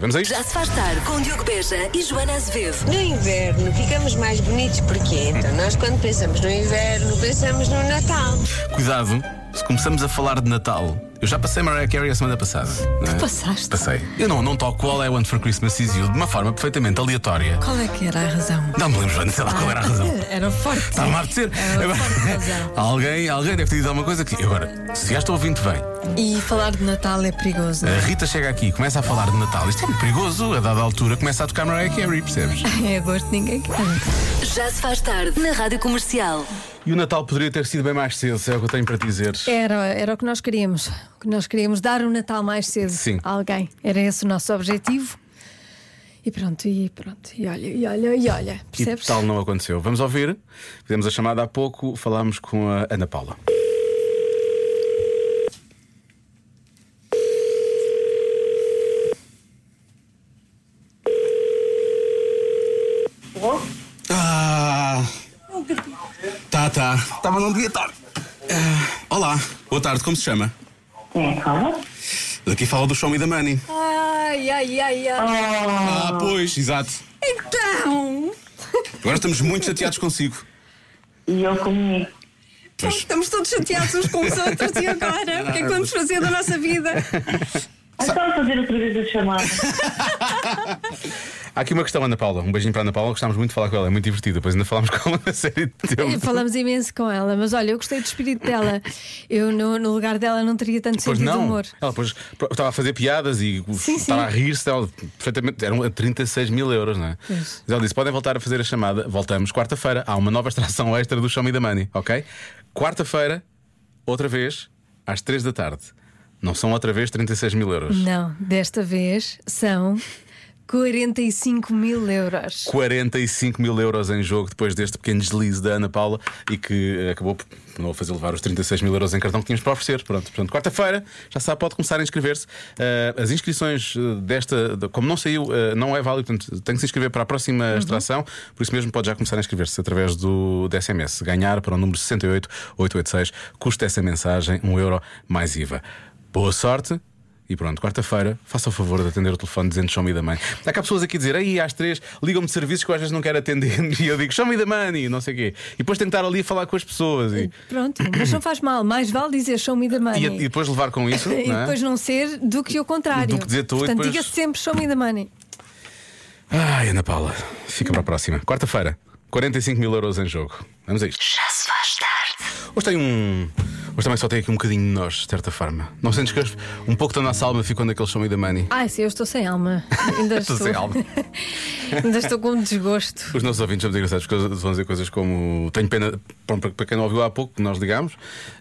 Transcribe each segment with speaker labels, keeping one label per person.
Speaker 1: Vamos a isto?
Speaker 2: Já se faz tarde com Diogo Beja e Joana Azevedo.
Speaker 3: No inverno ficamos mais bonitos porque então nós quando pensamos no inverno pensamos no Natal.
Speaker 1: Cuidado, se começamos a falar de Natal. Eu já passei Mariah Carey a semana passada. não é?
Speaker 4: Passaste?
Speaker 1: Passei. Eu não, não toco All I Want for Christmas Is You de uma forma perfeitamente aleatória.
Speaker 4: Qual é que era a razão?
Speaker 1: Não me lembro, Joana, sei lá qual era a razão.
Speaker 4: Era forte.
Speaker 1: Estava a apetecer.
Speaker 4: Era uma forte razão.
Speaker 1: alguém, alguém deve ter dito alguma coisa que. Agora, se esta ouvinte vem,
Speaker 4: E falar de Natal é perigoso.
Speaker 1: a Rita chega aqui e começa a falar de Natal. Isto é muito perigoso. A dada altura começa a tocar Mariah Carey, percebes?
Speaker 4: É agosto, ninguém quer.
Speaker 2: Já se faz tarde na Rádio Comercial.
Speaker 1: E o Natal poderia ter sido bem mais cedo, é o que eu tenho para dizer.
Speaker 4: Era, era o que nós queríamos. O que nós queríamos dar o Natal mais cedo
Speaker 1: Sim.
Speaker 4: a alguém. Era esse o nosso objetivo. E pronto, e pronto, e olha, e olha, e olha.
Speaker 1: E
Speaker 4: Percebes?
Speaker 1: tal não aconteceu. Vamos ouvir. Fizemos a chamada há pouco, falámos com a Ana Paula.
Speaker 5: Ah. Tá, tá. Tava não devia estar. Ah, Olá, boa tarde, como se chama?
Speaker 6: Quem é que fala?
Speaker 5: Daqui fala do Show Me the Money.
Speaker 4: Ai, ai, ai, ai.
Speaker 5: Ah, pois, exato.
Speaker 4: Então,
Speaker 5: Agora estamos muito chateados consigo.
Speaker 6: E eu comigo.
Speaker 5: Pois,
Speaker 4: estamos todos chateados uns com os outros e agora? O que é que vamos fazer da nossa vida?
Speaker 6: Então a fazer outra vez a chamada.
Speaker 1: Há aqui uma questão, Ana Paula. Um beijinho para a Ana Paula, gostámos muito de falar com ela, é muito divertida. Depois ainda falámos com ela na série de
Speaker 4: Eh,
Speaker 1: tempo.
Speaker 4: Falamos imenso com ela, mas olha, eu gostei do espírito dela. Eu, no, no lugar dela, não teria tanto
Speaker 1: Pois
Speaker 4: sentido de
Speaker 1: não,
Speaker 4: humor.
Speaker 1: ela depois estava a fazer piadas e
Speaker 4: Sim,
Speaker 1: estava
Speaker 4: sim.
Speaker 1: a rir-se dela perfeitamente. Eram 36 mil euros, não é? Mas ela disse: podem voltar a fazer a chamada. Voltamos quarta-feira. Há uma nova extração extra do Show Me the Money, ok? Quarta-feira, outra vez, às 3 da tarde. Não são outra vez 36 mil euros.
Speaker 4: Não, desta vez são 45 mil euros.
Speaker 1: 45 mil euros em jogo depois deste pequeno deslize da Ana Paula e que eh, acabou por não a fazer levar os 36 mil euros em cartão que tínhamos para oferecer. Pronto, portanto, quarta-feira já sabe, pode começar a inscrever-se. Eh, as inscrições eh, desta, de- como não saiu, eh, não é válido, portanto, tem que se inscrever para a próxima extração, por isso mesmo pode já começar a inscrever-se através do da SMS. Ganhar para o número 68886, custa essa mensagem 1 euro mais IVA. Boa sorte. E pronto, quarta-feira, faça o favor de atender o telefone dizendo show me the money. Há cá pessoas aqui a dizer, aí às três, ligam-me de serviços que eu às vezes não quero atender. E eu digo, show me the money, não sei o quê. E depois tentar ali a falar com as pessoas. E,
Speaker 4: Pronto, mas não faz mal, mais vale dizer show me the money.
Speaker 1: e, e depois levar com isso.
Speaker 4: E
Speaker 1: não é?
Speaker 4: depois não ser do que o contrário.
Speaker 1: Do que dizer tu e
Speaker 4: Portanto,
Speaker 1: depois-
Speaker 4: diga sempre show me the money.
Speaker 1: Ai, Ana Paula, fica para a próxima. Quarta-feira, 45 mil euros em jogo. Vamos a isto.
Speaker 2: Já se faz tarde.
Speaker 1: Hoje tem um. Hoje também só tem aqui um bocadinho de nós, de certa forma. Não sentes que hoje um pouco da nossa alma ficou naquele show me the money?
Speaker 4: Ai, sim, eu estou sem alma. Ainda
Speaker 1: Estou
Speaker 4: estou,
Speaker 1: sem alma.
Speaker 4: Ainda estou com um desgosto.
Speaker 1: Os nossos ouvintes são muito engraçados porque eles vão dizer coisas como Tenho pena, bom, para para quem não ouviu há pouco, nós ligámos,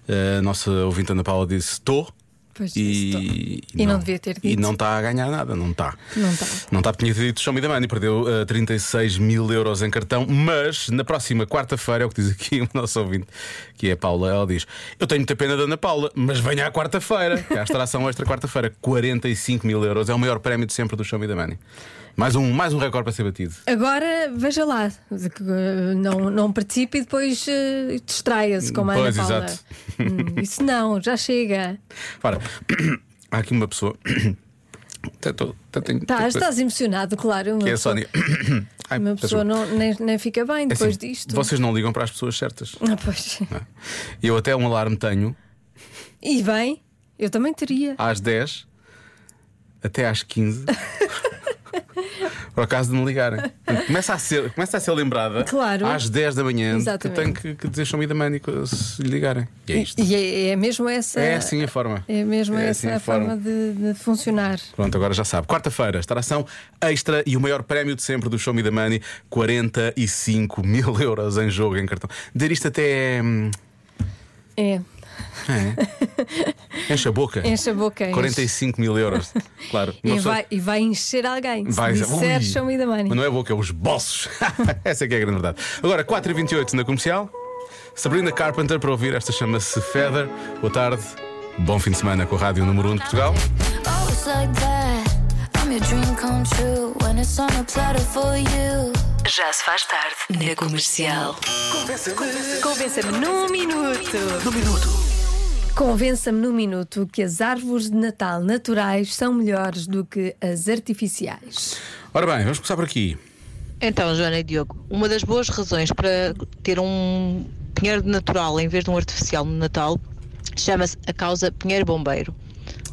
Speaker 1: eh, a nossa ouvinte Ana Paula disse estou.
Speaker 4: Pois, disse, "Tô."
Speaker 1: E,
Speaker 4: E não devia ter
Speaker 1: E
Speaker 4: dito.
Speaker 1: não está a ganhar nada, não está.
Speaker 4: Não tá.
Speaker 1: Não está, porque tinha dito show me the money, perdeu eh, 36 mil euros em cartão, mas na próxima quarta-feira, é o que diz aqui o nosso ouvinte, que é a Paula, ela diz: Eu tenho muita pena da Ana Paula, mas venha à quarta-feira, que há a extração extra quarta-feira, 45 mil euros, é o maior prémio de sempre do show me the money. Mais um, mais um recorde para ser batido.
Speaker 4: Agora veja lá, de que, eh, não, não participe e depois eh, distraia-se como a Ana
Speaker 1: Pois,
Speaker 4: Paula.
Speaker 1: exato.
Speaker 4: Hum, isso não, já chega.
Speaker 1: Ora, há aqui uma pessoa. Tá, tô- tá, tenho-
Speaker 4: Tá,
Speaker 1: tô-
Speaker 4: estás emocionado, claro. Uma
Speaker 1: Que é a
Speaker 4: pessoa,
Speaker 1: Sónia. Ai,
Speaker 4: uma
Speaker 1: peço-
Speaker 4: pessoa não, nem, nem fica bem
Speaker 1: É assim,
Speaker 4: depois disto.
Speaker 1: Vocês não ligam para as pessoas certas.
Speaker 4: Ah, pois.
Speaker 1: não é? Eu até um alarme tenho
Speaker 4: E bem, eu também teria.
Speaker 1: às 10 até às 15. Por acaso de me ligarem. Começa a ser, começa a ser lembrada
Speaker 4: Claro.
Speaker 1: às 10 da manhã
Speaker 4: Exatamente.
Speaker 1: que tenho que, que dizer chamida mânica se lhe ligarem. E é isto.
Speaker 4: E é, é mesmo essa.
Speaker 1: É assim a forma.
Speaker 4: é mesmo
Speaker 1: É
Speaker 4: essa
Speaker 1: assim
Speaker 4: a forma de, de funcionar.
Speaker 1: Pronto, agora já sabe. Quarta-feira, extração extra e o maior prémio de sempre do Show Me the Money: 45 mil euros em jogo em cartão. Dizer isto até. é, hum,
Speaker 4: É,
Speaker 1: Enche a boca.
Speaker 4: enche a boca. enche.
Speaker 1: 45 mil euros. Claro. uma
Speaker 4: E
Speaker 1: pessoa-
Speaker 4: vai, e vai encher alguém.
Speaker 1: Vai-
Speaker 4: se disser
Speaker 1: Ui.
Speaker 4: show me the money.
Speaker 1: Mas não é a boca, é os bolsos. Essa é que é a grande verdade. Agora, 4h28 na comercial. Sabrina Carpenter para ouvir. Esta chama-se Feather. Boa tarde. Bom fim de semana com a Rádio Número 1 de Portugal.
Speaker 7: Always like that. I'm your dream come true when it's on a platter for you.
Speaker 2: Já se faz tarde na Comercial.
Speaker 4: Convença-me num minuto. Convença-me num minuto que as árvores de Natal naturais são melhores do que as artificiais.
Speaker 1: Ora bem, vamos começar por aqui.
Speaker 8: Então, Joana e Diogo, uma das boas razões para ter um pinheiro de natural em vez de um artificial no Natal chama-se a causa Pinheiro Bombeiro.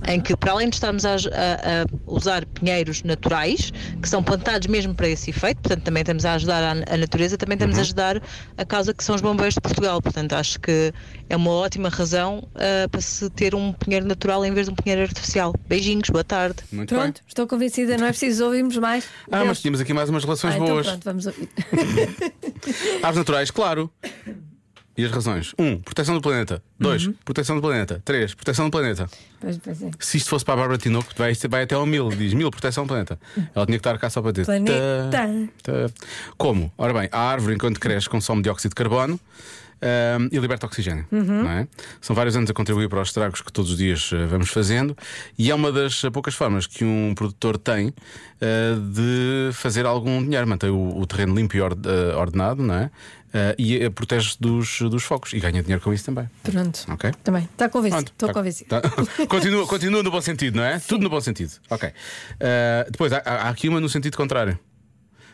Speaker 8: Em que, para além de estarmos a, a- a usar pinheiros naturais, que são plantados mesmo para esse efeito, portanto, também estamos a ajudar a, a natureza, também estamos a ajudar a causa que são os bombeiros de Portugal. Portanto, acho que é uma ótima razão ah, para se ter um pinheiro natural em vez de um pinheiro artificial. Beijinhos, boa tarde.
Speaker 1: Muito
Speaker 4: Pronto, estou convencida, não é preciso ouvirmos mais.
Speaker 1: bem. Ah, mas
Speaker 4: Deus.
Speaker 1: tínhamos aqui mais umas relações
Speaker 4: Ah, então
Speaker 1: boas.
Speaker 4: pronto, vamos ouvir.
Speaker 1: Árvores naturais, claro. E as razões? 1. Um, proteção do planeta. 2. Proteção do planeta. 3. Proteção do planeta.
Speaker 4: Pois, pois é.
Speaker 1: Se isto fosse para a Bárbara Tinoco, vai, vai até ao mil, diz mil, proteção do planeta. Ela tinha que estar cá só para dizer.
Speaker 4: Planeta.
Speaker 1: tá. Como? Ora bem, a árvore, enquanto cresce, consome dióxido de carbono. hum, e liberta oxigênio. não é? São vários anos a contribuir para os estragos que todos os dias eh, vamos fazendo, e é uma das eh, poucas formas que um produtor tem eh, de fazer algum dinheiro, mantém o, o terreno limpo e orde- eh, ordenado, não é? Eh, e eh, protege dos, dos focos e ganha dinheiro com isso também.
Speaker 4: Pronto.
Speaker 1: Ok.
Speaker 4: Também. Está convencido.
Speaker 1: Pronto,
Speaker 4: Estou
Speaker 1: tá-
Speaker 4: convencido.
Speaker 1: tá- continua, continua no bom sentido, não é? Tudo no bom sentido. Ok. Ah, depois, há, há- há aqui uma no sentido contrário.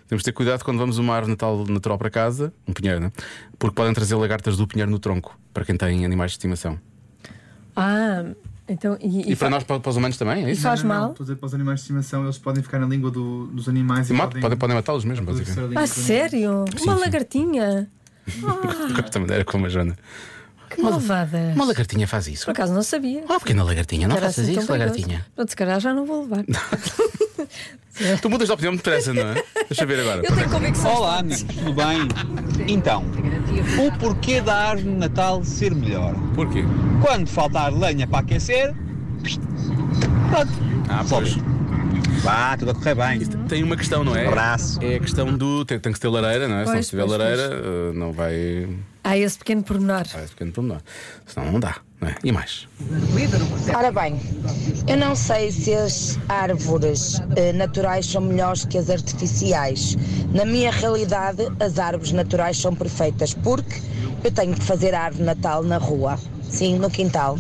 Speaker 1: Temos de ter cuidado quando vamos uma árvore natal natural para casa, um pinheiro, não é? Porque podem trazer lagartas do pinheiro no tronco, para quem tem animais de estimação.
Speaker 4: Ah, então. E,
Speaker 1: E, para nós, para, para os humanos também, é
Speaker 4: e
Speaker 1: isso?
Speaker 4: faz
Speaker 9: Não, não,
Speaker 4: mal?
Speaker 9: Estou a dizer para os animais de estimação, eles podem ficar na língua do- dos animais
Speaker 1: E
Speaker 9: e
Speaker 1: matam, podem, podem matá-los mesmo,
Speaker 9: atravessar
Speaker 1: basicamente.
Speaker 9: a língua
Speaker 4: Ah,
Speaker 9: do animal.
Speaker 4: sério? Uma
Speaker 1: sim.
Speaker 4: lagartinha?
Speaker 1: Gosto da maneira como a Joana.
Speaker 4: Que malvada.
Speaker 1: Uma lagartinha faz isso.
Speaker 4: Por acaso não sabia.
Speaker 1: Uma pequena lagartinha, não
Speaker 4: Era
Speaker 1: faças
Speaker 4: assim tão
Speaker 1: isso,
Speaker 4: perigoso.
Speaker 1: lagartinha.
Speaker 4: Pronto, se calhar já não vou levar.
Speaker 1: Tu mudas de opinião muito depressa, não é? Deixa ver agora.
Speaker 4: Eu tenho convicção.
Speaker 10: Olá, amigos, tudo bem? Então, o porquê da árvore de Natal ser melhor?
Speaker 1: Porquê?
Speaker 10: Quando faltar lenha para aquecer, pronto,
Speaker 1: Ah, pois.
Speaker 10: vá, tudo a correr bem.
Speaker 1: Tem uma questão, não é?
Speaker 10: Abraço.
Speaker 1: É a questão do. Tem, tem que se ter lareira, não é?
Speaker 4: Pois,
Speaker 1: se não se tiver
Speaker 4: pois,
Speaker 1: lareira, eh, não vai.
Speaker 4: Há Ah, esse pequeno pormenor.
Speaker 1: Vai esse pequeno pormenor. Senão não dá, não é? E mais?
Speaker 11: Ora bem, eu não sei se as árvores eh, naturais são melhores que as artificiais. Na minha realidade, as árvores naturais são perfeitas porque eu tenho que fazer a árvore de natal na rua, sim, no quintal.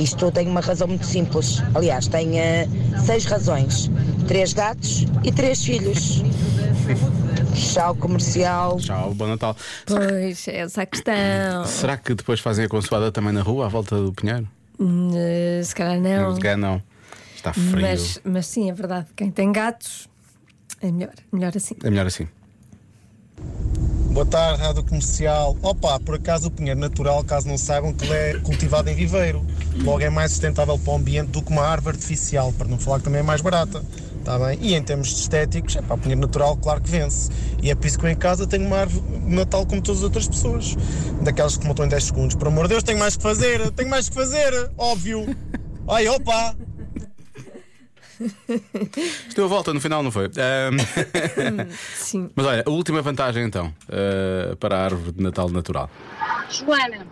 Speaker 11: Isto tem uma razão muito simples. Aliás, tem eh, seis razões: três gatos e três filhos. Tchau, comercial.
Speaker 1: Tchau, bom Natal.
Speaker 4: Pois, é essa a questão.
Speaker 1: Será que depois fazem a consoada também na rua, à volta do Pinheiro?
Speaker 4: Eh, Se calhar não.
Speaker 1: Se calhar não. Está É um frio.
Speaker 4: Mas, mas sim, é verdade. Quem tem gatos é melhor. Melhor assim.
Speaker 1: É melhor assim.
Speaker 10: Boa tarde, Rádio Comercial. Opa, por acaso o pinheiro natural, caso não saibam, que ele é cultivado em viveiro. Logo é mais sustentável para o ambiente do que uma árvore artificial, para não falar que também é mais barata. Está bem? E em termos de estéticos, é para o pinheiro natural, claro que vence. E é por isso que eu em casa tenho uma árvore de natal como todas as outras pessoas. Daquelas que matam em 10 segundos. Por amor de Deus, tenho mais que fazer, tenho mais que fazer, óbvio. Ai, opa!
Speaker 1: Estou a volta, no final não foi. Ahm,
Speaker 4: Sim.
Speaker 1: mas olha, a última vantagem então ah, para a árvore de Natal natural.
Speaker 11: Joana,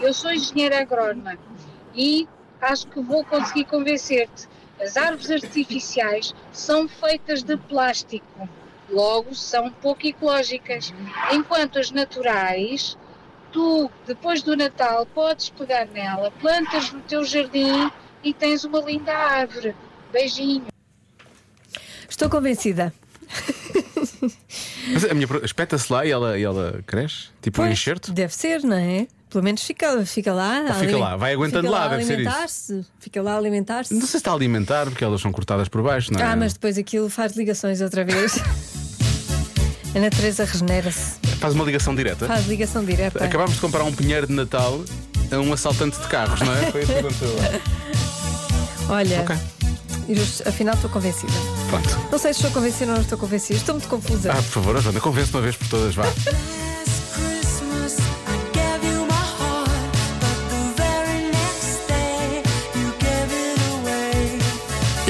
Speaker 11: eu sou engenheira agrónoma e acho que vou conseguir convencer-te. As árvores artificiais são feitas de plástico, logo são pouco ecológicas, enquanto as naturais, tu depois do Natal podes pegar nela, plantas no teu jardim e tens uma linda árvore. Beijinho.
Speaker 4: Estou convencida.
Speaker 1: Mas a minha pro- espeta-se lá e ela, e ela cresce? Tipo um
Speaker 4: Pois,
Speaker 1: enxerto?
Speaker 4: Deve ser, não é? Pelo menos fica, fica lá.
Speaker 1: Ou fica
Speaker 4: ali-
Speaker 1: lá, vai aguentando
Speaker 4: fica
Speaker 1: lá,
Speaker 4: a
Speaker 1: deve ser isso.
Speaker 4: alimentar-se. Fica lá a alimentar-se.
Speaker 1: Não sei se está a alimentar, porque elas são cortadas por baixo, não é?
Speaker 4: Ah, mas depois aquilo faz ligações outra vez. A natureza regenera-se,
Speaker 1: Faz uma ligação direta.
Speaker 4: faz ligação direta.
Speaker 1: Acabámos de comprar um pinheiro de Natal a um assaltante de carros, não é? Foi isso que aconteceu.
Speaker 4: Olha,
Speaker 1: Ok.
Speaker 4: eu- afinal estou convencida.
Speaker 1: Pronto.
Speaker 4: Não sei se estou convencida ou não estou convencida, estou muito confusa.
Speaker 1: Ah, por favor, Joana, convence uma vez por todas, vá.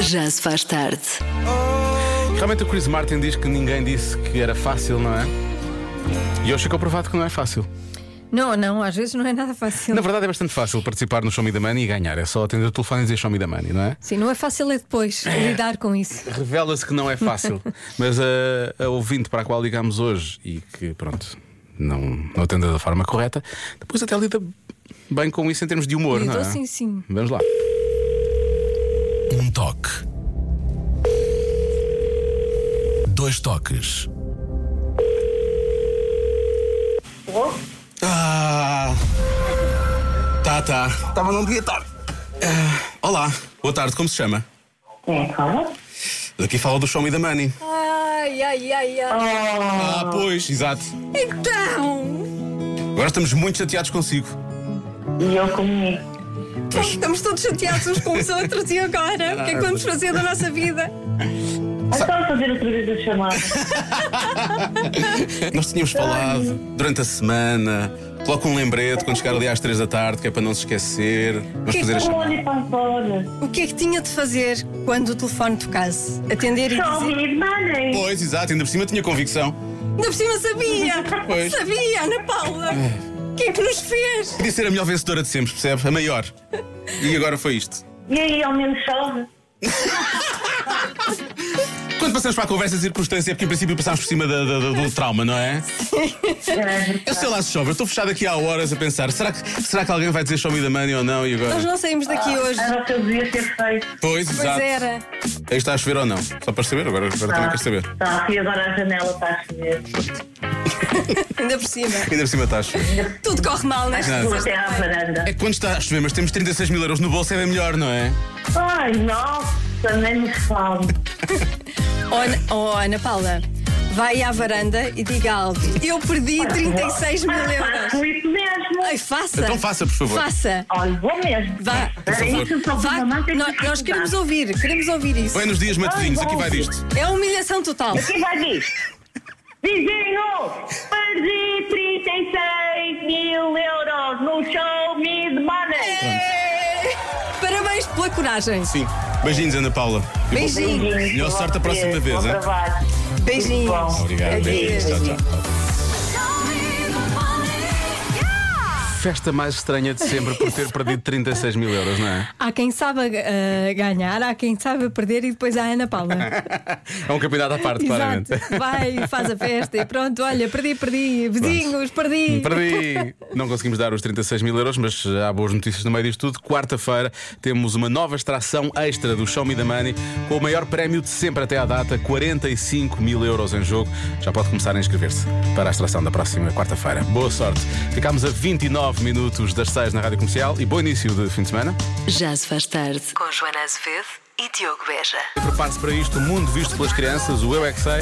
Speaker 2: Já se faz tarde.
Speaker 1: Realmente o Chris Martin diz que ninguém disse que era fácil, não é? E hoje ficou provado que não é fácil.
Speaker 4: Não, não, às vezes não é nada fácil.
Speaker 1: Na verdade, é bastante fácil participar no Show Me the Money e ganhar. É só atender o telefone e dizer Show Me the Money, não é?
Speaker 4: Sim, não é fácil é depois lidar com isso.
Speaker 1: Revela-se que não é fácil. Mas a, a ouvinte para a qual ligamos hoje e que, pronto, não, não atendeu da forma correta, depois até lida bem com isso em termos de humor,
Speaker 4: Lidou
Speaker 1: não é?
Speaker 4: sim, sim.
Speaker 1: Vamos lá.
Speaker 12: Um toque. Dois toques.
Speaker 5: Ah. Tá, tá. Tava não devia estar. Ah, Olá, boa tarde, como se chama?
Speaker 6: Quem é que fala?
Speaker 5: Daqui fala do Show Me the Money.
Speaker 4: Ai, ai, ai, ai.
Speaker 5: Ah, pois, exato.
Speaker 4: Então,
Speaker 5: Agora estamos muito chateados consigo.
Speaker 6: E eu comigo.
Speaker 5: Pois.
Speaker 4: estamos todos chateados uns com os outros e agora? O que é que vamos fazer da nossa vida?
Speaker 6: Então fazer outra vez a chamada.
Speaker 5: Nós tínhamos falado durante a semana. Coloca um lembrete quando chegar ali às três da tarde, que é para não se esquecer. Vamos
Speaker 4: Que
Speaker 5: fazer a chamada.
Speaker 4: O que é que tinha de fazer quando o telefone tocasse? Atender e dizer.
Speaker 5: Pois, exato, ainda por cima tinha convicção.
Speaker 4: Ainda por cima sabia!
Speaker 5: Pois.
Speaker 4: Sabia, Ana Paula! O que é que nos fez?
Speaker 5: Podia ser a melhor vencedora de sempre, percebes? A maior. E agora foi isto.
Speaker 6: E aí, ao menos chove?
Speaker 5: Quando passamos para a conversa de circunstância, é porque em princípio passámos por cima da- da- da- do trauma, não é?
Speaker 6: É,
Speaker 5: Eu sei lá se chove, eu estou fechado aqui há horas a pensar. Será que, será que alguém vai dizer show me the money ou não? E
Speaker 4: Nós
Speaker 5: agora?
Speaker 4: não saímos daqui
Speaker 5: Ah,
Speaker 4: hoje.
Speaker 6: Era é o que eu devia ter feito.
Speaker 5: Pois,
Speaker 4: Pois
Speaker 5: exato.
Speaker 4: era.
Speaker 5: Aí está a chover ou não? Só para saber, agora, agora também quero saber.
Speaker 6: Tá, fui agora à janela está a chover.
Speaker 4: Ainda por cima.
Speaker 5: Ainda por cima está a chover.
Speaker 4: Tudo corre mal nesta
Speaker 5: Nada.
Speaker 6: Vou até à varanda.
Speaker 5: É que quando está a chover, mas temos 36 mil euros no bolso, é bem melhor, não é?
Speaker 6: Ai, nossa, nem me falo.
Speaker 4: Oh, Ana- oh, Ana Paula, vai à varanda e diga algo. Eu perdi 36 mil euros.
Speaker 6: Ah, Faço isso mesmo.
Speaker 4: Ai, faça.
Speaker 5: Então faça, por favor.
Speaker 4: Faça.
Speaker 6: Olha, vou mesmo.
Speaker 4: Vá.
Speaker 5: Por favor.
Speaker 4: Vá. Nós, nós queremos ouvir, queremos ouvir isso.
Speaker 5: Põe nos dias matozinhos, aqui vai disto.
Speaker 4: É humilhação total.
Speaker 6: Aqui vai disto. Vizinho, perdi 36 mil euros no show Me The Money.
Speaker 4: Parabéns pela coragem.
Speaker 5: Sim. Beijinhos, Ana Paula. E bom-
Speaker 4: Beijinhos.
Speaker 5: Melhor sorte a próxima vez,
Speaker 6: Bom
Speaker 5: hein?
Speaker 6: trabalho.
Speaker 4: Beijinhos.
Speaker 5: Obrigado, beijinhos. Tchau, tchau.
Speaker 1: Festa mais estranha de sempre por ter perdido 36 mil euros, não é?
Speaker 4: Há quem saiba eh, ganhar, há quem saiba perder e depois há a Ana Paula.
Speaker 1: É um campeonato à parte, claramente.
Speaker 4: Exato. Vai, faz a festa e pronto, olha, perdi, perdi. Vizinhos, Hum, perdi.
Speaker 1: Perdi! Não conseguimos dar os 36 mil euros, mas há boas notícias no meio disto tudo. Quarta-feira temos uma nova extração extra do Show Me the Money com o maior prémio de sempre até à data: 45 mil euros em jogo. Já pode começar a inscrever-se para a extração da próxima quarta-feira. Boa sorte! Ficámos a 29 minutos das 6 na rádio comercial e bom início de fim de semana.
Speaker 2: Já se faz tarde. Com Joana Azevedo e Diogo Beja.
Speaker 1: Prepare-se para isto, o mundo visto pelas crianças, o Eu É Que Sei.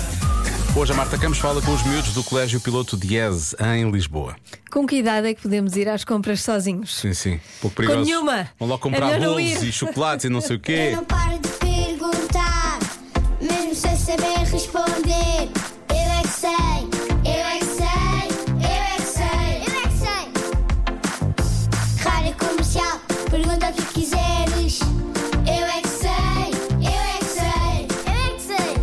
Speaker 1: Hoje a Marta Campos fala com os miúdos do Colégio Piloto Diese, em Lisboa.
Speaker 4: Com que idade é que podemos ir às compras sozinhos?
Speaker 1: Sim, sim. Pouco perigoso.
Speaker 4: nenhuma.
Speaker 1: Vão lá
Speaker 4: É
Speaker 1: comprar
Speaker 4: melhor não
Speaker 1: bolos
Speaker 4: ir.
Speaker 1: e chocolates e não sei o quê.
Speaker 13: Eu não paro de perguntar, mesmo sem saber responder. Eu é que sei, eu é que sei, eu é que sei, eu é que sei. Rádio comercial, pergunta o que quiseres. Eu é que sei, eu é que sei, eu é que sei.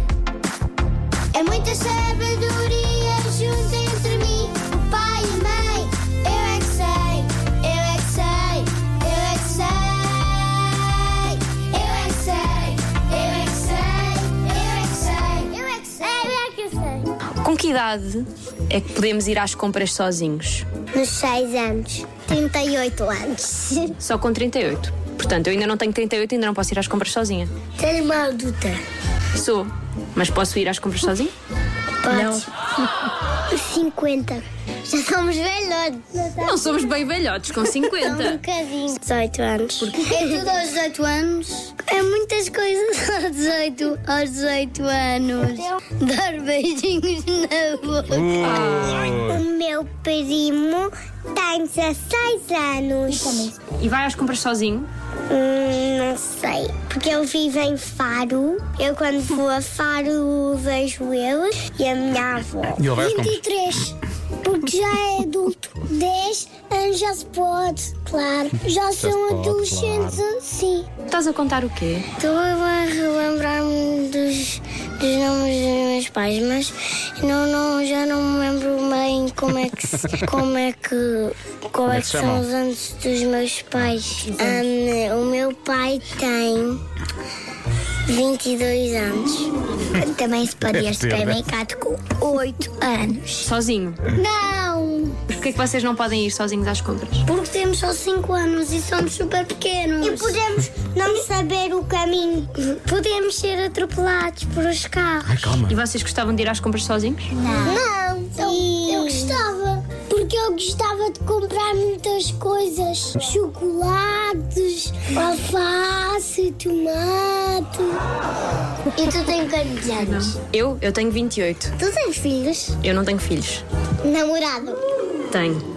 Speaker 13: É muita sabedoria junta entre mim, o pai e a mãe. Eu é que sei, eu é que sei, eu é que sei. Eu é que sei, eu é que sei, eu é que sei, eu é que sei, eu é
Speaker 14: Com que idade é que podemos ir às compras sozinhos?
Speaker 13: que sei. Nos 6 anos, 38 anos.
Speaker 14: Só com 38. Portanto, eu ainda não tenho 38 e ainda não posso ir às compras sozinha.
Speaker 13: Tens uma adulta?
Speaker 14: Sou, mas posso ir às compras sozinha?
Speaker 13: Podes. 50. Já somos velhotes.
Speaker 14: Não somos bem velhotes com 50.
Speaker 13: Um bocadinho. 18 anos. É tudo aos 18 anos? É muitas coisas aos 18, aos 18 anos. Dar beijinhos na boca. O meu primo tem 16 anos.
Speaker 14: E vai às compras sozinho?
Speaker 13: Hum, não sei, porque eu vivo em Faro. Eu, quando vou a Faro, vejo ele e a minha avó.
Speaker 1: E ele vai às compras?
Speaker 13: 23, porque já é adulto. 10 anos já se pode, claro. Já
Speaker 14: Já se pode,
Speaker 13: são adolescentes, sim. Então
Speaker 14: Estás a contar o quê?
Speaker 13: Estou a relembrar-me dos, dos nomes dos meus pais, mas não, não, já não me lembro bem como é que, se- como é que, qual
Speaker 15: Como
Speaker 13: é
Speaker 15: é
Speaker 13: que
Speaker 15: que
Speaker 13: são
Speaker 15: chamam?
Speaker 13: os anos dos meus pais. Hum, o meu pai tem 22 anos. Também se pode ir ao
Speaker 14: Deve ter, né?
Speaker 13: supermercado com 8 anos.
Speaker 14: Sozinho?
Speaker 13: Não!
Speaker 14: Porquê é que vocês não podem ir sozinhos às compras?
Speaker 13: Porque temos só 5 anos e somos super pequenos. E podemos não saber o caminho. Podemos ser atropelados por os carros.
Speaker 14: E vocês gostavam de ir às compras sozinhos?
Speaker 13: Não. Então, Eu, eu gostava. Porque eu gostava de comprar muitas coisas: chocolates, alface, tomate. E tu tens quantos anos?
Speaker 14: Eu? Eu tenho 28.
Speaker 13: Tu tens filhos?
Speaker 14: Eu não tenho filhos.
Speaker 13: Namorado?
Speaker 14: Tenho.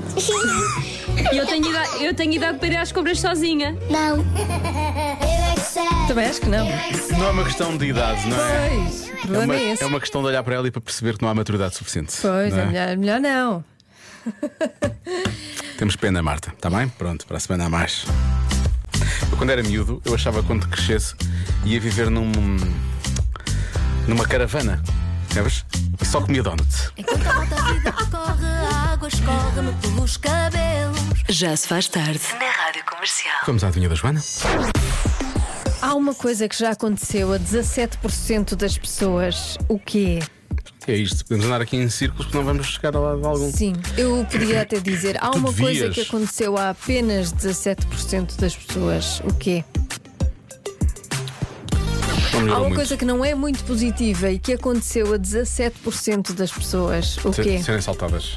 Speaker 14: E eu tenho idade, eu tenho idade para ir às compras sozinha.
Speaker 13: Não. Eu é que sei.
Speaker 4: Também acho que não.
Speaker 1: Não é uma questão de idade, não é?
Speaker 4: Pois, o
Speaker 1: É
Speaker 4: problema
Speaker 1: uma,
Speaker 4: é esse.
Speaker 1: é uma questão de olhar para ela e para perceber que não há maturidade suficiente.
Speaker 4: Pois,
Speaker 1: não
Speaker 4: é
Speaker 1: é?
Speaker 4: melhor, melhor não.
Speaker 1: Temos pena, Marta, está bem? Pronto, para a semana a mais. Eu, quando era miúdo, eu achava que quando crescesse ia viver num. numa caravana. Sabes? E só comia donuts.
Speaker 7: Enquanto a volta à vida corre, a água escorre-me pelos cabelos.
Speaker 2: Já se faz tarde. Na Rádio Comercial.
Speaker 1: Vamos à adivinha da Joana?
Speaker 4: Há uma coisa que já aconteceu a 17% das pessoas. O quê?
Speaker 1: É isto. Podemos andar aqui em círculos que não vamos chegar a lado algum.
Speaker 4: Sim, eu podia até dizer. Há
Speaker 1: Tu
Speaker 4: uma coisa
Speaker 1: devias.
Speaker 4: que aconteceu a apenas 17% das pessoas. O quê?
Speaker 1: Não
Speaker 4: Há
Speaker 1: melhorou
Speaker 4: uma
Speaker 1: muito.
Speaker 4: coisa que não é muito positiva e que aconteceu a 17% das pessoas. O
Speaker 1: Se-
Speaker 4: quê?
Speaker 1: Serem saltadas.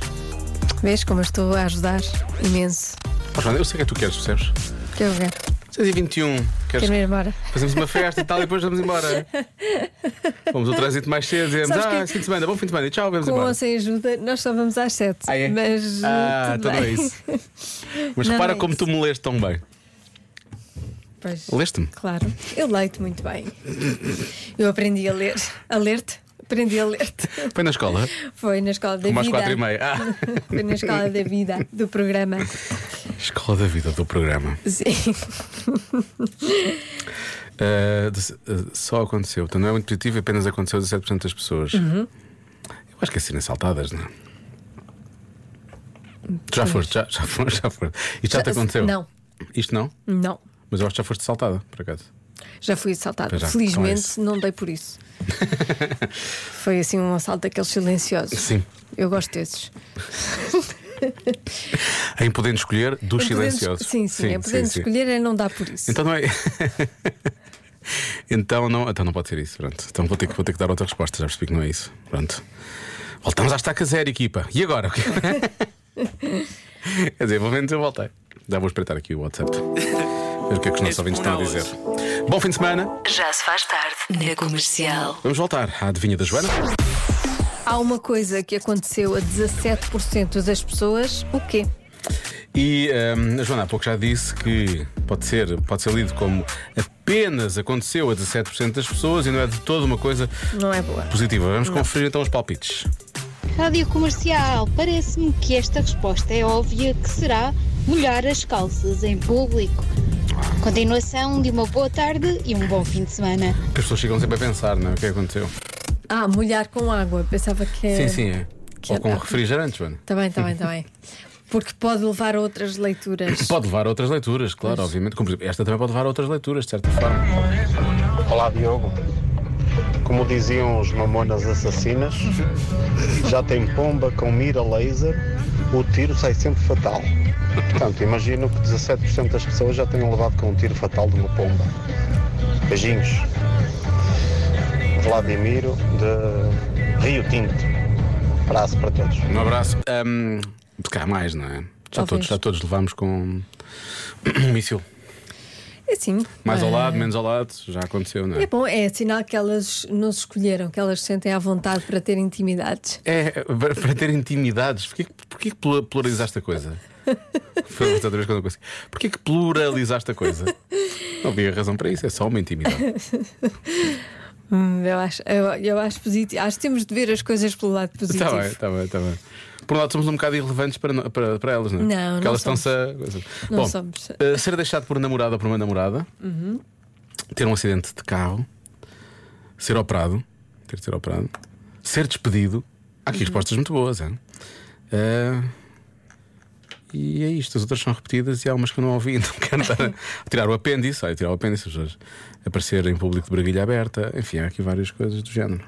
Speaker 4: Vês como eu estou a ajudar? Imenso.
Speaker 1: Ó, Joana, eu sei o que é que tu queres, percebes?
Speaker 4: Que eu quero.
Speaker 1: 6 e 21 queres
Speaker 4: Quero ir embora.
Speaker 1: Fazemos uma festa e tal e depois vamos embora. Vamos ao trânsito mais cedo, dizemos,
Speaker 4: Sabes
Speaker 1: ah,
Speaker 4: que-
Speaker 1: esse fim de semana, bom fim de semana, e tchau, vamos
Speaker 4: Com
Speaker 1: embora.
Speaker 4: ou sem ajuda, nós só vamos às 7.
Speaker 1: Ah, é?
Speaker 4: Mas.
Speaker 1: Ah,
Speaker 4: uh, tudo
Speaker 1: então não é
Speaker 4: bem.
Speaker 1: isso. Mas
Speaker 4: Não,
Speaker 1: repara
Speaker 4: não é
Speaker 1: como tu me leste tão bem.
Speaker 4: Pois,
Speaker 1: Leste-me?
Speaker 4: claro. Eu leio-te muito bem. Eu aprendi a ler. A ler-te? Aprendi a ler-te.
Speaker 1: Foi na escola?
Speaker 4: Foi na escola da
Speaker 1: Como às
Speaker 4: vida.
Speaker 1: quatro e meia. Ah.
Speaker 4: Foi na escola da vida do programa.
Speaker 1: Escola da vida do programa.
Speaker 4: Sim.
Speaker 1: Ah, de- ah, só aconteceu, portanto não é muito positivo, apenas aconteceu a 17% das pessoas.
Speaker 4: Uhum.
Speaker 1: Eu acho que é serem saltadas, não é? Tu já foste, já, já foste, já foste. Isto já, te aconteceu?
Speaker 4: Não,
Speaker 1: Isto não?
Speaker 4: não.
Speaker 1: Mas eu acho que já foste saltada, por acaso.
Speaker 4: Já fui assaltada.
Speaker 1: Pois já, então é
Speaker 4: Felizmente
Speaker 1: isso.
Speaker 4: não dei por isso. Foi assim um assalto daqueles silenciosos.
Speaker 1: Sim.
Speaker 4: Eu gosto desses.
Speaker 1: Em podendo escolher dos
Speaker 4: Em podendo-
Speaker 1: silenciosos.
Speaker 4: Sim, sim. É podendo
Speaker 1: sim.
Speaker 4: escolher é não dar por isso.
Speaker 1: Então não é. então, não, então não pode ser isso, pronto. Então vou ter, que, vou ter que dar outra resposta, já percebi que não é isso. Pronto. Voltamos à estaca zero, equipa. E agora? Quer dizer, pelo menos eu voltei. Já vou espreitar aqui o WhatsApp. Ver o que é que os nossos ouvintes estão a dizer. Bom fim de semana.
Speaker 2: Já se faz tarde. Na Comercial.
Speaker 1: Vamos voltar à adivinha da Joana.
Speaker 4: Há uma coisa que aconteceu a 17% das pessoas. O quê?
Speaker 1: E hum, a Joana há pouco já disse que pode ser, pode ser lido como apenas aconteceu a 17% das pessoas e não é de toda uma coisa
Speaker 4: Não é boa.
Speaker 1: positiva. Vamos conferir então os palpites.
Speaker 15: Rádio Comercial, parece-me que esta resposta é óbvia que será molhar as calças em público. Continuação de uma boa tarde e um bom fim de semana.
Speaker 1: Porque as pessoas ficam sempre a pensar, não é? O que é que aconteceu?
Speaker 4: Ah, molhar com água. Pensava que.
Speaker 1: Sim, sim, é. Ou com refrigerantes, mano.
Speaker 4: Está bem, está bem, está bem. Porque pode levar a outras leituras.
Speaker 1: Pode levar a outras leituras, claro, obviamente. Como, por exemplo, esta também pode levar a outras leituras, de certa forma.
Speaker 16: Olá Diogo. Como diziam os mamonas assassinas, já tem pomba com mira laser, o tiro sai sempre fatal. Portanto, imagino que 17% das pessoas já tenham levado com um tiro fatal de uma pomba. Beijinhos. Vladimiro de Rio Tinto. Abraço para todos.
Speaker 1: Um abraço. Hum, porque há mais, não é? Já
Speaker 4: Talvez.
Speaker 1: todos, já todos levámos com um míssil.
Speaker 4: É sim.
Speaker 1: Mais ao
Speaker 4: Ah,
Speaker 1: lado, menos ao lado, já aconteceu, não
Speaker 4: É
Speaker 1: é?
Speaker 4: bom, é sinal que elas nos escolheram, que elas se sentem à vontade para ter intimidades.
Speaker 1: É, para para ter intimidades. Porquê, que- porquê que plura- pluralizaste a coisa? Foi outra vez que eu não consegui. Porquê que pluralizaste a coisa? Não havia razão para isso, é só uma intimidade.
Speaker 4: Hum, eu, acho, eu, eu acho positivo. Acho que temos de ver as coisas pelo lado positivo.
Speaker 1: Está Tá bem, está bem, está bem. Por um lado, somos um bocado irrelevantes para, no- para, para elas, não é?
Speaker 4: Não,
Speaker 1: Porque
Speaker 4: não
Speaker 1: elas
Speaker 4: somos.
Speaker 1: estão-se a.
Speaker 4: Não
Speaker 1: Bom,
Speaker 4: somos.
Speaker 1: eh, ser deixado por namorada ou por uma namorada,
Speaker 4: Uhum.
Speaker 1: ter um acidente de carro, ser operado, ter de ser operado, ser despedido. Há
Speaker 4: Uhum.
Speaker 1: aqui respostas muito boas, é? Eh, e é isto, as outras são repetidas e há umas que eu não ouvi, então quero estar a tirar o apêndice, olha, tirar o apêndice, hoje aparecer em público de braguilha aberta, enfim, há aqui várias coisas do género.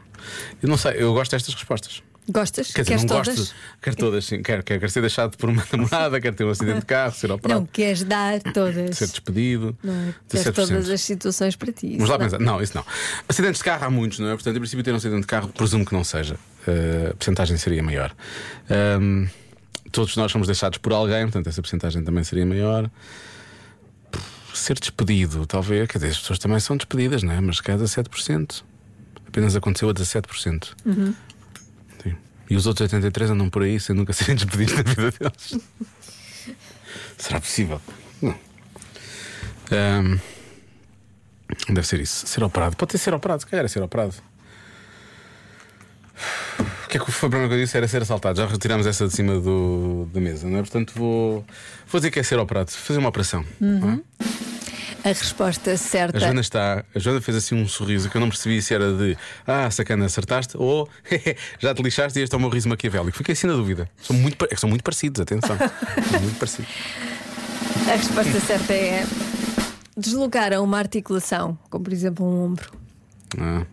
Speaker 1: Eu não sei, eu gosto destas respostas.
Speaker 4: Gostas?
Speaker 1: Quer dizer,
Speaker 4: Queres
Speaker 1: não
Speaker 4: todas?
Speaker 1: gosto. Quero todas, sim. Quero, quero, quero ser deixado por uma namorada, quero ter um acidente de carro, ser operado,
Speaker 4: Não queres dar todas.
Speaker 1: ser despedido.
Speaker 4: Não é? Queres
Speaker 1: 17%.
Speaker 4: todas as situações para ti.
Speaker 1: Vamos lá
Speaker 4: Não.
Speaker 1: pensar. Não, isso não. Acidentes de carro há muitos, não é? Portanto, em princípio, ter um acidente de carro, presumo que não seja. Uh, a percentagem seria maior. Um, todos nós somos deixados por alguém, portanto, essa percentagem também seria maior. Ser despedido, talvez. Quer dizer, as pessoas também são despedidas, não é? Mas cada 7%. Apenas aconteceu a 17%.
Speaker 4: Uhum.
Speaker 1: E os outros 83 andam por aí sem nunca serem despedidos da vida deles. Será possível? Não. Ehm, Ahm, deve ser isso. Ser operado. Pode ter ser operado, se calhar é ser operado. O que é que foi a primeira coisa que eu disse? Era ser assaltado. Já retiramos essa de cima do, da mesa, não é? Portanto, vou, vou dizer que é ser operado. Fazer uma operação.
Speaker 4: Uhum. Tá. A resposta
Speaker 1: A
Speaker 4: certa.
Speaker 1: Joana está. A Joana fez assim um sorriso que eu não percebi se era de Ah, sacana, acertaste ou já te lixaste e este é o meu riso maquiavélico. Fiquei assim na dúvida. São muito, pa- é que são muito parecidos, atenção. São muito parecidos.
Speaker 4: A resposta certa é deslocar a uma articulação, como por exemplo um ombro.
Speaker 1: Ah.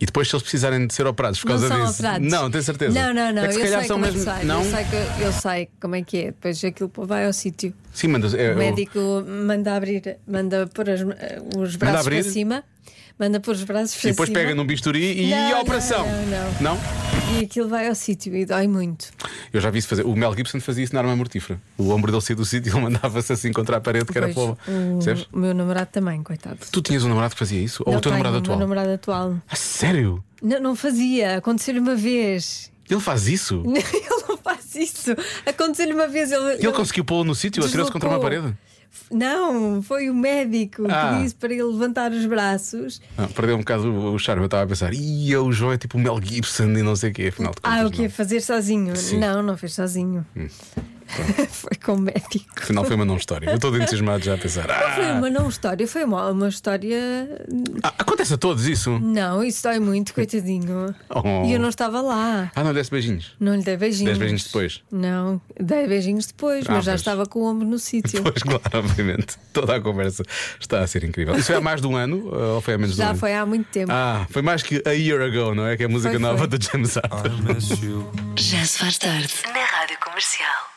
Speaker 1: E depois, se eles precisarem de ser operados por causa
Speaker 4: não são
Speaker 1: disso.
Speaker 4: operados.
Speaker 1: Não, tenho certeza.
Speaker 4: Não, não, não.
Speaker 1: É que se
Speaker 4: eu,
Speaker 1: calhar
Speaker 4: sei
Speaker 1: são
Speaker 4: como é que
Speaker 1: mesmo.
Speaker 4: sai.
Speaker 1: Não?
Speaker 4: Eu, sei que- eu sei como é que é. Depois aquilo vai ao sítio.
Speaker 1: Sim, manda. É,
Speaker 4: o médico manda abrir, manda pôr as- eh, os braços
Speaker 1: abrir?
Speaker 4: para cima, manda pôr os braços
Speaker 1: E
Speaker 4: para
Speaker 1: depois
Speaker 4: cima.
Speaker 1: pega num bisturi e
Speaker 4: assim, Não,
Speaker 1: a
Speaker 4: não,
Speaker 1: operação.
Speaker 4: Não, não,
Speaker 1: Não?
Speaker 4: E aquilo vai ao sítio e dói muito.
Speaker 1: Eu já vi isso fazer. O Mel Gibson fazia isso na arma mortífera. O ombro dele saía do sítio e ele mandava-se assim contra a parede, que era
Speaker 4: Pois,
Speaker 1: pela. Percebes?
Speaker 4: o, o meu namorado também, coitado.
Speaker 1: Tu tinhas um namorado que fazia isso? Ou
Speaker 4: Não
Speaker 1: o teu
Speaker 4: tenho,
Speaker 1: namorado
Speaker 4: o meu
Speaker 1: atual?
Speaker 4: namorado atual.
Speaker 1: A sério?
Speaker 4: Não, não fazia, aconteceu-lhe uma vez.
Speaker 1: Ele faz isso?
Speaker 4: Ele não faz isso. Aconteceu-lhe uma vez. Ele,
Speaker 1: Ele conseguiu pô-lo no sítio, atirou-se contra uma
Speaker 4: Deslocou.
Speaker 1: parede.
Speaker 4: Não, foi o médico
Speaker 1: Ah.
Speaker 4: que disse para ele levantar os braços.
Speaker 1: Ah, perdeu um bocado o, o charme. Eu estava a pensar, e o João é tipo o Mel Gibson e não sei o quê, afinal de contas.
Speaker 4: ah, o que é fazer sozinho?
Speaker 1: Sim.
Speaker 4: Não, não fez sozinho.
Speaker 1: Hum.
Speaker 4: foi com o médico.
Speaker 1: Afinal foi uma não história. Eu estou entusiasmado já a pensar.
Speaker 4: Não foi
Speaker 1: "Ah,
Speaker 4: uma não história, foi uma, uma história.
Speaker 1: acontece a todos isso.
Speaker 4: Não, isso dói muito, coitadinho.
Speaker 1: Oh.
Speaker 4: E eu não estava lá.
Speaker 1: Ah, não, desse beijinhos.
Speaker 4: Não lhe dei beijinhos.
Speaker 1: Dez beijinhos depois.
Speaker 4: Não, dei beijinhos depois,
Speaker 1: Ah,
Speaker 4: mas já
Speaker 1: pois.
Speaker 4: estava com o ombro no sítio.
Speaker 1: Pois, claro, obviamente. Toda a conversa está a ser incrível. Isso foi há mais de um ano ou foi há menos de um
Speaker 4: Já
Speaker 1: ano?
Speaker 4: foi há muito tempo.
Speaker 1: Ah, foi mais que a year ago, não é? Que é a música
Speaker 4: Foi,
Speaker 1: nova
Speaker 4: foi.
Speaker 1: do James Arthur.
Speaker 2: Já se faz tarde na Rádio Comercial.